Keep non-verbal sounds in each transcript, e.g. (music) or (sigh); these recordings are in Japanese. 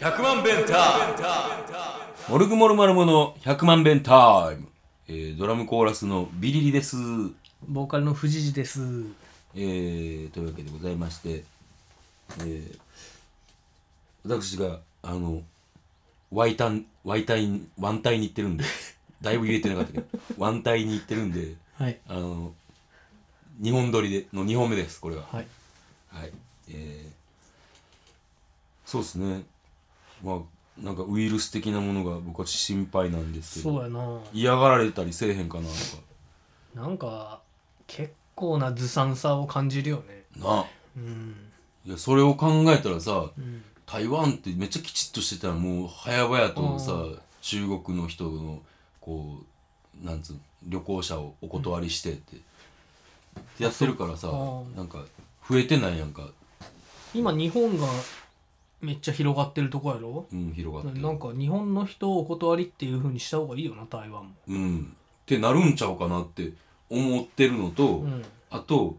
100万弁タイムモルグモルマルモの100万弁タイム、えー、ドラムコーラスのビリリです、ボーカルの藤次です。えー、というわけでございまして、えー、私があのワイタンワイタインワンタイに行ってるんでだいぶ言えてなかったけどワンタイに行ってるんではい。あの2本撮りでの2本目ですこれははい。はい、えー、そうですねまあなんかウイルス的なものが僕は心配なんですけそどうやな。嫌がられたりせえへんかなとかなんか、結構なずさんさを感じるよね。なあうん。いやそれを考えたらさうん。台湾ってめっちゃきちっとしてたらもう早々とさう中国の人のこうなんつうの旅行者をお断りしてって、ってやってるからさあそうかなんか増えてないやんか、今、日本がめっちゃ広がってるとこやろうん、広がってなんか、日本の人をお断りっていう風にした方がいいよな、台湾も。うん、ってなるんちゃうかなって思ってるのと、うん。あと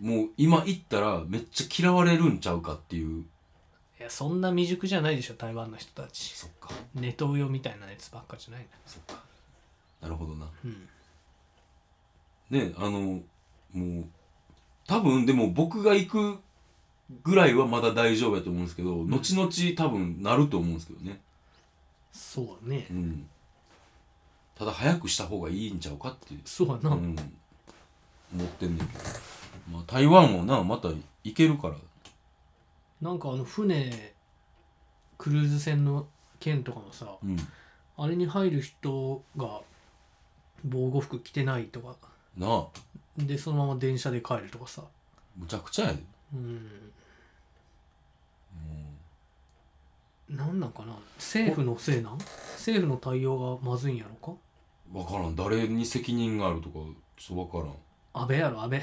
もう今行ったらめっちゃ嫌われるんちゃうかっていういや、そんな未熟じゃないでしょ、台湾の人たち。そっかネトウヨみたいなやつばっかじゃないな。そっかなるほどなうん。ねあのもう多分でも僕が行くぐらいはまだ大丈夫やと思うんですけど、後々多分なると思うんですけどねそうだねう。んただ早くした方がいいんちゃうかっていう、そうやうな。ん、思ってんねんけど、まあ、台湾はなまた行けるからなんかあの船クルーズ船の件とかもさうんあれに入る人が防護服着てないとかなあでそのまま電車で帰るとかさむちゃくちゃやでうんもなんなんかな政府のせいなん政府の対応がまずいんやろう分からん誰に責任があるとかちょっと分からんか安倍やろ安倍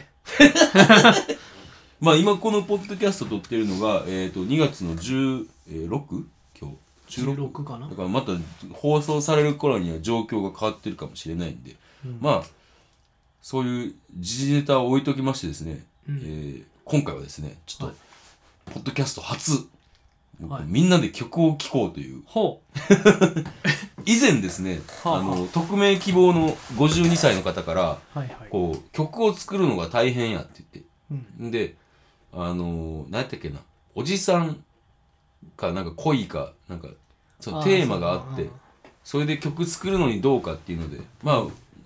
まあ今このポッドキャスト撮ってるのが、えー、と2月の 16? 今日16かなだからまた放送される頃には状況が変わってるかもしれないんで、うんまあそういう時事ネタを置いときましてですね、うんえー今回はですねちょっはと、ポッドキャスト初、はいみんなで曲を聴こうというほう以前ですね、はああの匿名希望の52歳の方からはいはいこう曲を作るのが大変やって言ってうんで、あのー、何やったっけな、おじさんか、なんか恋か、なんか、そのあーテーマがあってそう、それで曲作るのにどうかっていうので、まあ、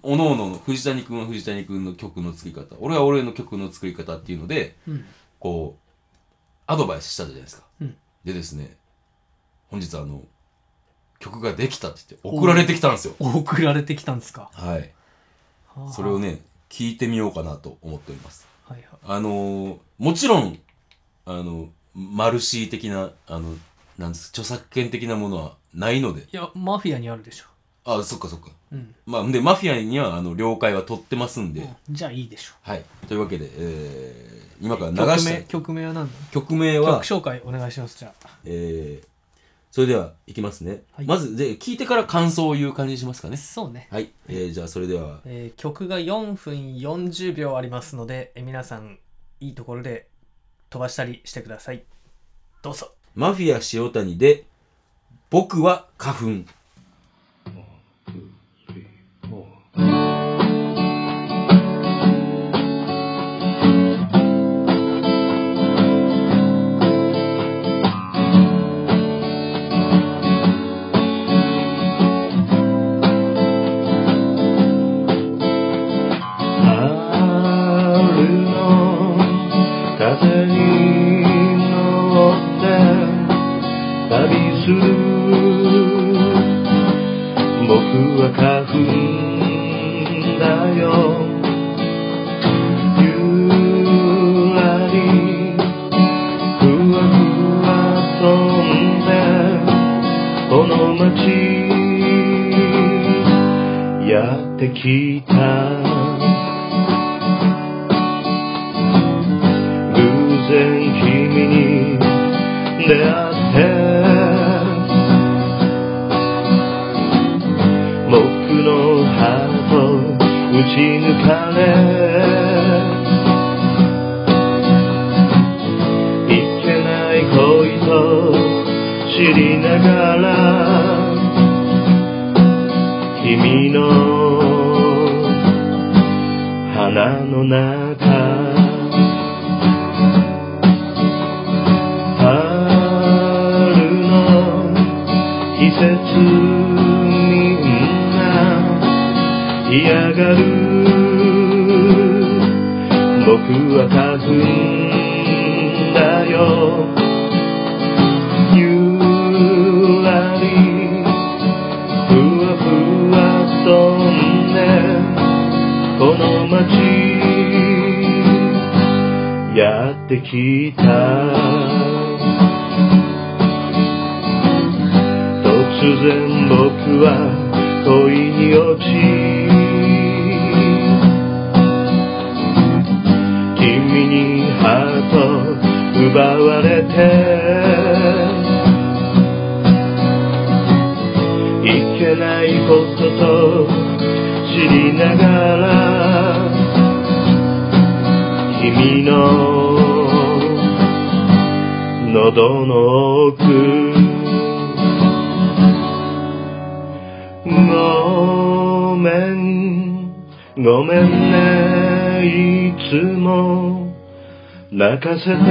おのおのの藤谷君は藤谷君の曲の作り方、俺は俺の曲の作り方っていうので、うんこう、アドバイスしたじゃないですか。うんでですね、本日あの、曲ができたって言って送られてきたんですよ。送られてきたんですかはい。はあそれをね、聞いてみようかなと思っております。はいはいあのーもちろん、あの、マルシー的な、あの、なんです著作権的なものはないので。いやマフィアにあるでしょあ、そっかそっか。うんまあ、で、マフィアには、あの、了解は取ってますんで。うんじゃあいいでしょはい。というわけで、えー、今から流曲し名た曲名は何だ曲名は、曲紹介お願いしますじゃあえー、それでは、いきますね。はいまず、で、聞いてから感想を言う感じにしますかね。そうね、はい。えー、じゃあ、それでは、えー曲が4分40秒ありますので、えー皆さんいいところで飛ばしたりしてくださいどうぞマフィア塩谷で、僕は花粉。春の風に乗って旅する僕は花粉だよゆらりふわふわ飛んでこの街やってきた偶然君に出会って僕のハート打ち抜かれりながら君の花の中春の季節みんな嫌がる僕は花粉だよゆらりふわふわ飛んでこの街やってきた突然僕は恋に落ち君にハート奪われていけないことと知りながら君の喉の奥ごめん、ごめんね、いつも泣かせて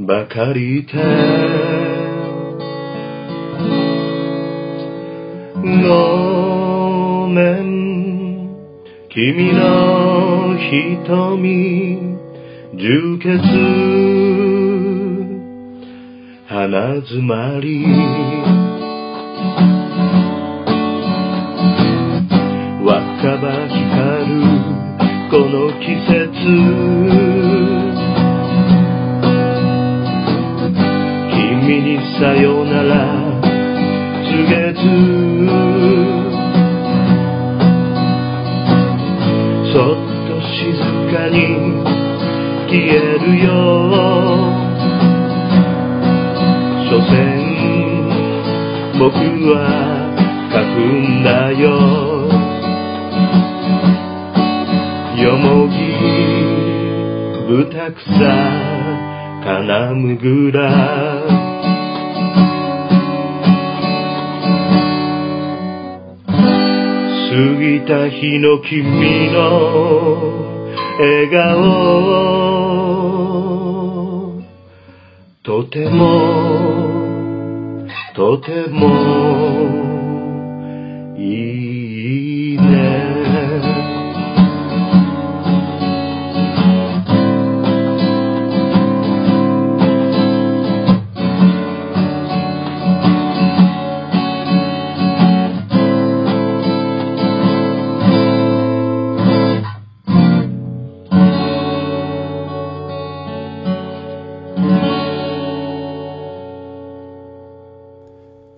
ばかりいて。ごめん、君の瞳、充血、鼻づまり。若葉光るこの季節君にさよなら告げずそっと静かに消えるよ所詮僕は花粉だよよもぎ、ブタクサ、カナムグラ。過ぎた日の君の笑顔。とても、とても、いいね。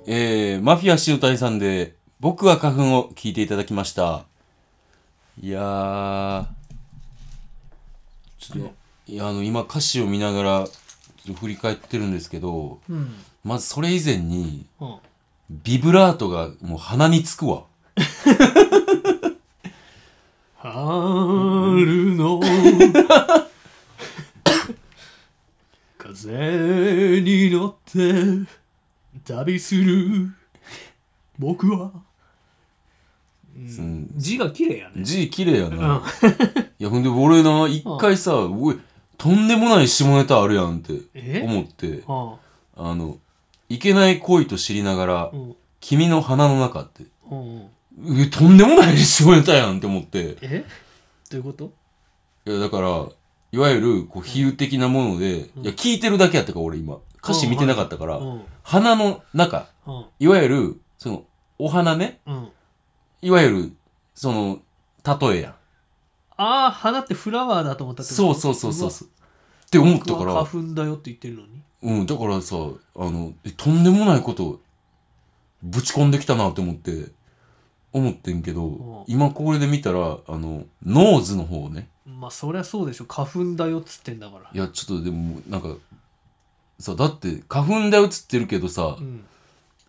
えー、マフィア塩谷さんで、僕は花粉を聞いていただきました。いやー、ちょっと、いや、あの、今歌詞を見ながら、ちょっと振り返ってるんですけど、うん。まずそれ以前に、うんビブラートがもう鼻につくわ。春の風に乗って旅する僕は、ん字が綺麗やね。字綺麗やうな。ん、いや、ほんで俺な、一回さ、おい、とんでもない下ネタあるやんってえ思って、ああの、いけない恋と知りながらあ、う、ん君の鼻の中って、うんうん、え、とんでもない下ネタやんって思って。えどういうこといや、だから、いわゆる、こう、比喩的なもので、うんいや、聞いてるだけやったから、俺今。歌詞見てなかったかうら、ん鼻の中、うんいわゆる、その、お花ね、うんいわゆる、その、例えやん。ああ、花ってフラワーだと思ったってそうそうそうそうそう。って思っただかから。花ら、粉だよって言ってるのに。うん、だからさ、あの、えとんでもないこと、ぶち込んできたなって思って、思ってんけうんど、今これで見たら、あの、ノーズの方ね、まあ、そりゃそうでしょ。花粉だよっつってんだからい。や、ちょっとでも、なんか、さ、だって、花粉で映ってるけどさ、うん、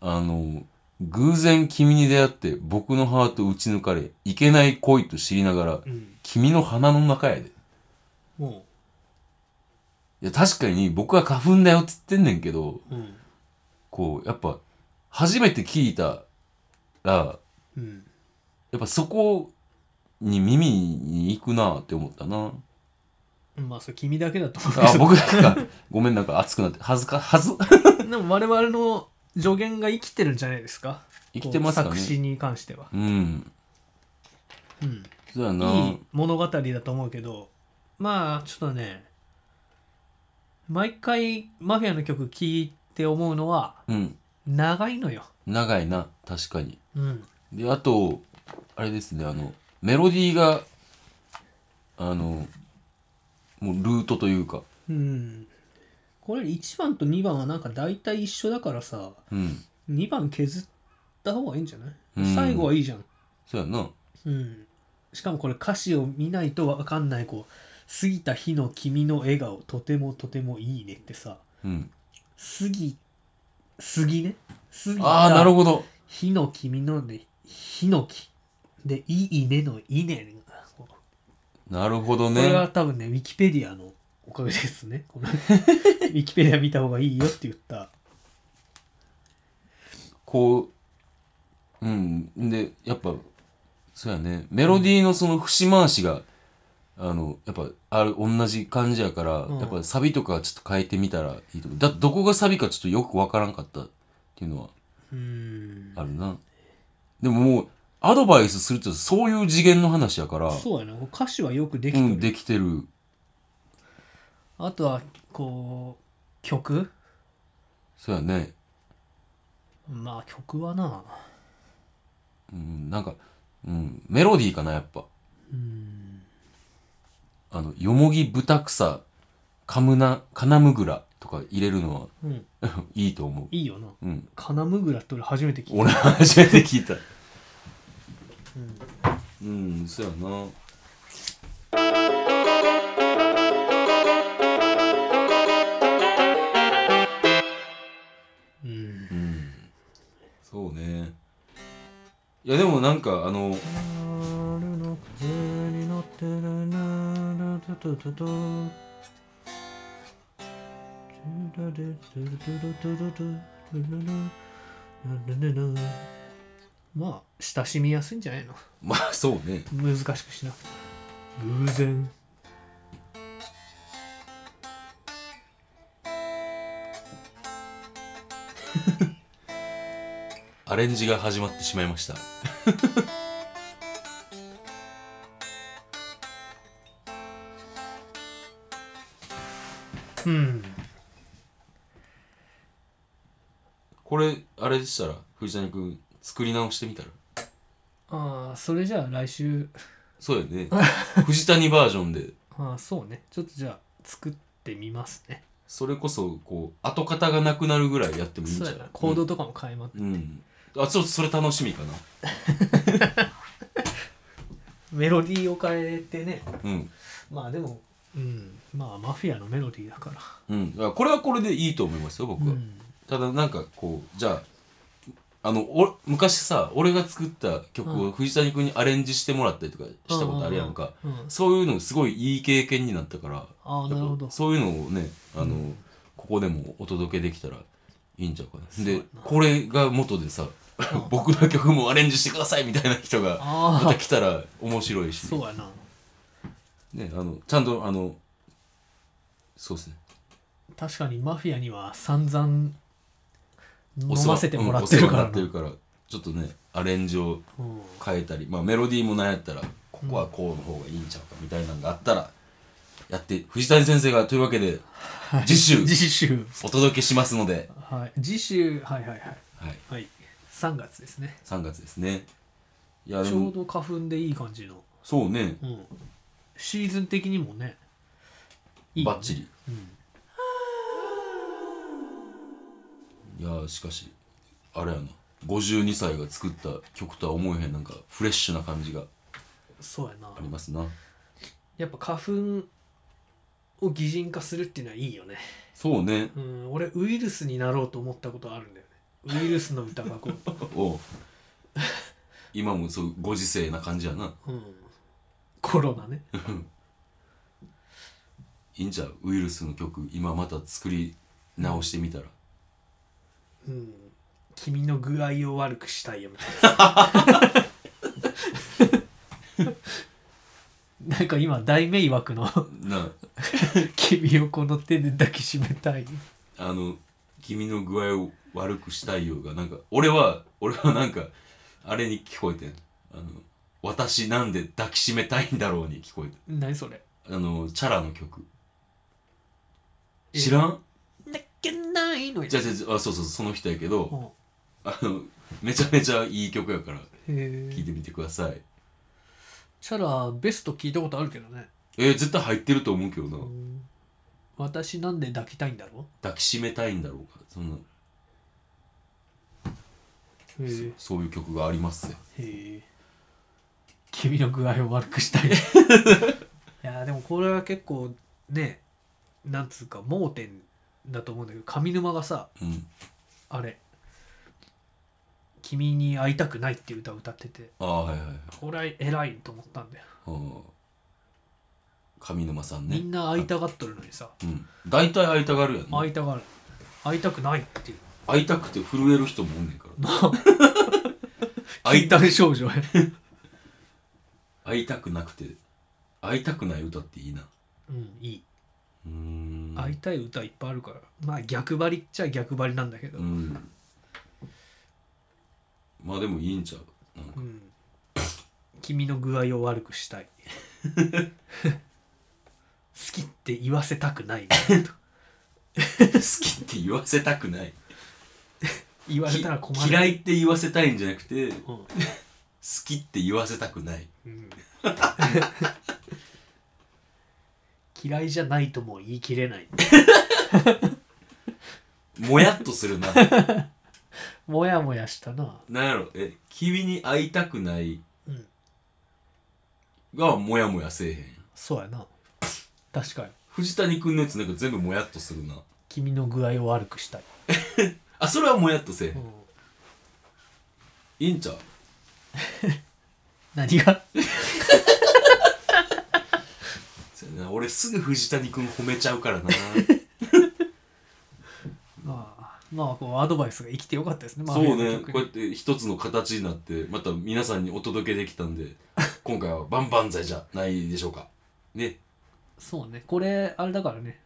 あの、偶然君に出会って、僕のハート打ち抜かれ、いけない恋と知りながら、うん、君の鼻の中やで。もいや、確かに僕は花粉だよって言ってんねんけど、うんこう、やっぱ、初めて聞いたら、うんやっぱそこに耳に行くなって思ったな。まあそれ君だけだと思うけど (laughs) あ、僕なんか、ごめんなんか熱くなって、恥ずか、はずでも我々の助言が生きてるんじゃないですか生きてますかこう作ね。詞に関しては、うん。うん、そうやな。いい物語だと思うけどまあちょっとね毎回マフィアの曲聴いて思うのはうん。長いのよ、長いな、確かに。うん、で、あと、あれですね、あの、メロディーが、あの、もうルートというか、うんこれ1番と2番はなんか大体一緒だからさうん。 2番削った方がいいんじゃない、うん最後はいいじゃん、そうやな。うん、しかもこれ歌詞を見ないとわかんないこう「過ぎた日の君の笑顔とてもとてもいいね」ってさうん。 「過ぎ」「過ぎね」「過ぎああ、なるたほど。日の君ので「ヒノキ」で「いいね」の「いいね」こうなるほどこね。れは多分ねウィキペディアのおかげですねこの (laughs) ウィキペディア見た方がいいよって言ったこう、うん。で、やっぱ、そうやね。メロディーのその節回しが、あの、やっぱ、ある、同じ感じやから、うんやっぱサビとかちょっと変えてみたらいいと思う。だどこがサビかちょっとよくわからんかったっていうのはうーんあるな。でももう、アドバイスするとそういう次元の話やから、そうやな歌詞はよくできうてる、ん、できてる。あとはこう曲そうやね。まあ曲はなうん、なんか、うん、メロディーかな、やっぱ。うんあの、よもぎ豚草、カムナ、カナムグラとか入れるのうん、はいいと思いいよな。う。うん。カナムグラって俺初めて聞いた。俺は初めて聞いた。ううんん、そうやな。うんうん。そうね。いや、でもなんか、あの、春の風に乗ってるなるとととまあ親しみやすいんじゃないのまあそうね。難しくしなくて偶然アレンジが始まってしまいました。うんこれ、あれでしたら、藤谷くん、作り直してみたら。ああそれじゃあ来週そうやね。藤谷バージョンで、ああそうねちょっとじゃあ作ってみますねそれこそ、こう、跡形がなくなるぐらいやってもいいんじそうゃやなない行動とかも変えま、うん。あ、ちょっとそれ楽しみかな。メロディーを変えてねうん。まあでもうんまあマフィアのメロディーだからうん。だからこれはこれでいいと思いますよ、僕は。ただなんかこう、じゃあ、あの、お昔さ、俺が作った曲うを藤谷君にアレンジしてもらったりとかしたことあるやんか。うんうんそういうのすごいいい経験になったから、ああなるほどそういうのをね、あの、うんここでもお届けできたらいいんちゃうかな。うやでな、これが元で (laughs) さ、うん僕の曲もアレンジしてくださいみたいな人が、ま (laughs) あたあ来たら面白いし。そうやなね、あの、ちゃんと、あの、そうですね。確かにマフィアには散々飲お世話ませてもらってるからうんお世話になってるから、ちょっとね、アレンジをうん変えたり、まあ、メロディーもなんやったらここはこうの方がいいんちゃうかみたいなのがあったらやって藤谷先生がというわけで次週次週お届けしますので、はい次週はいはいはいはい、はい3月ですね3月ですねいやでちょうもど花粉でいい感じのそうねうんシーズン的にもねいいよねバッチリうんいやしかしあれやな52歳が作った曲とは思えへんなんかフレッシュな感じがそうやなありますなやっぱ花粉を擬人化するっていうのはいいよねそうねうん俺ウイルスになろうと思ったことあるんだよねウイルスの歌が (laughs) こう、おう今もそうご時世な感じやなうん、コロナねいいんちゃうウイルスの曲今また作り直してみたらうん、君の具合を悪くしたいよみたい (laughs) ななんか今大迷惑の (laughs) な君をこの手で抱きしめたいあの「君の具合を悪くしたいよ」がなんか俺は俺はなんかあれに聞こえてんあの「私なんで抱きしめたいんだろう」に聞こえて何それんあのチャラの曲え知らん泣けないのよじゃじゃじゃあそうそうその人やけどうんあのめちゃめちゃいい曲やからへ聴いえてみてくださいチャラベスト聞いたことあるけどね、えー、絶対入ってると思うけどなうん私なんで抱きたいんだろ抱きしめたいんだろうかそんなうへえそういう曲がありますねへえ君の具合を悪くした (laughs) いいやーでもこれは結構ねなんつうか盲点だと思うんだけど上沼がさうんあれ「君に会いたくない」っていう歌を歌っててああはいはいはいこれは偉いと思ったんだよ、あー上沼さんみねんな会いたがっとるのにさうん、大体会いたがるやんな会いたがる会いたくないっていう会いたくて震える人もおんねんから (laughs) 会 (laughs) いたい少女や会いたくなくて会いたくない歌っていいなうんいいうーん会いたい歌いっぱいあるからまあ逆張りっちゃ逆張りなんだけど、うんまあでもいいんちゃうなんかうん、君の具合を悪くしたい好きって言わせたくないみたいなこと (laughs) 好きって言わせたくない言われたら困きる嫌いって言わせたいんじゃなくて好うんきって言わせたくないうん、嫌いじゃないとも言い切れないもやっとする (laughs) なもやもやしたななんやろえ君に会いたくないうんがもやもやせえへんそうやな確かに藤谷君のやつなんか全部もやっとするな君の具合を悪くしたい、あそれはもやっとせえへんうんいいんちゃう何がそうやな俺すぐ藤谷君褒めちゃうからなまあまあこうアドバイスが生きてよかったです (laughs) ね、まあ、そうね特こうやっにて一つの形になってまた皆さんにお届けできたんで (laughs) 今回はバンバン剤じゃないでしょうかねそうねこれあれだからね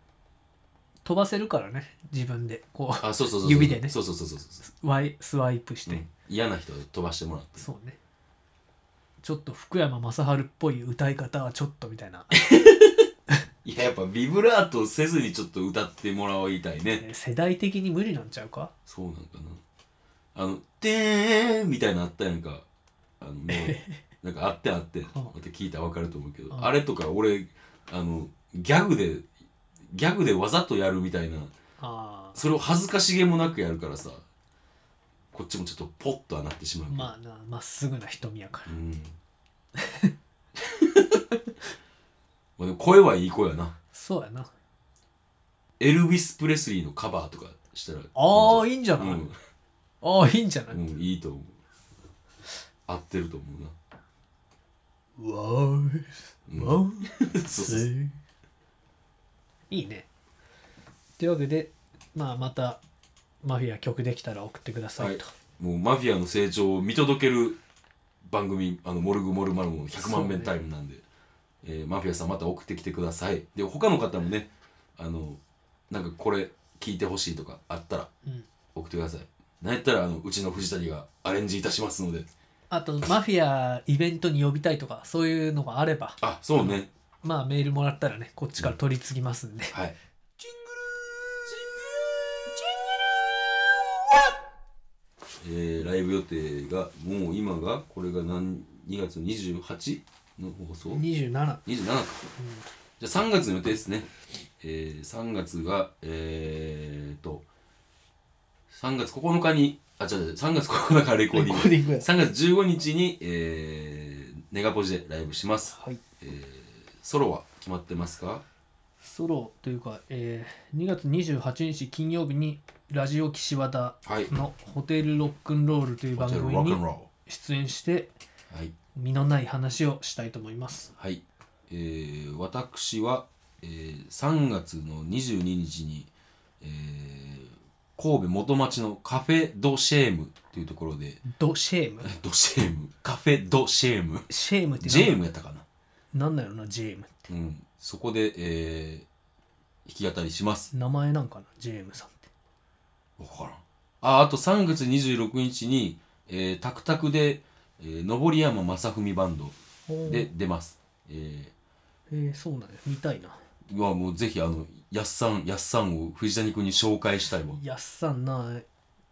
飛ばせるからね自分でこあそうそうそうそう指でねそうそうそうそうそうワイスワイプしうて、ん嫌な人は飛ばしてもらってそうねちょっと福山雅治っぽい歌い方はちょっとみたいな、いややっぱビブラートせずにちょっと歌ってもらいたいねえー世代的に無理なんちゃうかそうなんかなあの「てー」みたいなのあったやんかあ (laughs) のもうなんかあってあってまた聞いたら分かると思うけどうんあれとか俺あのギャグでギャグでわざとやるみたいなあそれを恥ずかしげもなくやるからさこっちもちょっとポッとはなってしまうあけどまあなまっすぐな瞳やからうん (laughs) まあでも声はいい声やなそうやなエルヴィス・プレスリーのカバーとかしたらああいいいいんじゃない、うんああいいんじゃない、うん、いいと思う合ってると思うなわーいうんわーいそうそうそういいねというわけでまあまたマフィア曲できたら送ってくださいと、もうマフィアの成長を見届ける番組「あのモルグモルマルモ」100万遍タイムなんで、えーマフィアさんまた送ってきてくださいで他の方もねあのなんかこれ聞いてほしいとかあったらうん送ってくださいなんやったらあのうちの藤谷がアレンジいたしますのであとマフィアイベントに呼びたいとかそういうのがあればあそうねまあメールもらったらねこっちから取り次ぎますんではいえー、ライブ予定がもう今がこれが何2月28の放送27、 27かじゃあ3月の予定ですね。えー、3月が、えーと、3月9日に、あ、違う違う、3月9日レコーディング。ディング3月15日に、えー、ネガポジでライブします。はいソロは決まってますかソロというか、えー2月28日金曜日にラジオ岸和田はい。の「ホテルロックンロール」という番組ロックにンロ出演してール。はい。身のない話をしたいと思いますはい。えー、私は、えー3月の22日に、えー神戸元町のカフェ・ド・シェームっていうところで (laughs) ドシェームド・シェームカフェ・ド・シェームシェームってジェームやったかな、なんだろうなジェームってうん、そこで、えー弾き語りします名前なんかなジェームさんって分からんああと3月26日に、えー、タクタクで、えー、登山正文バンドおーで出ます、えーえー、そうなんや見たいなうわもうぜひあのやっさんやっさんを藤谷君に紹介したいわやっさんな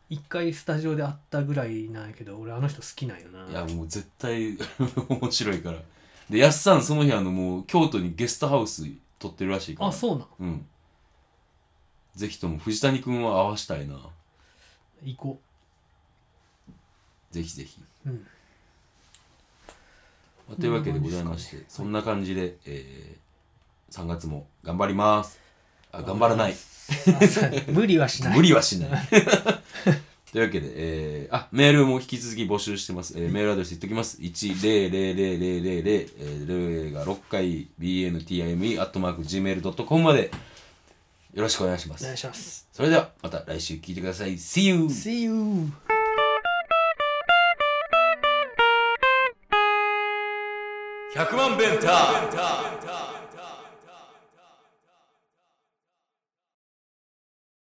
一回スタジオで会ったぐらいなんやけど俺あの人好きなんよないやもう絶対 (laughs) 面白いからでやっさんその日あのもう京都にゲストハウス取ってるらしいからあそうなんううんぜひとも藤谷君は会わしたいな行こぜひぜひ、 (laughs) うんまあというわけでございまして、そんな感じで、えー、3月も頑張りますあう頑張らないあそうや無理はしない無理はしない (laughs) というわけで、えー、あメールも引き続き募集してます、えー、メールアドレス言っときます1000000えー、0が6回 bntime.gmail.com までよろしくお願いしまお願いすしますそれではまた来週聞いてください See you! See you !100 万ベンター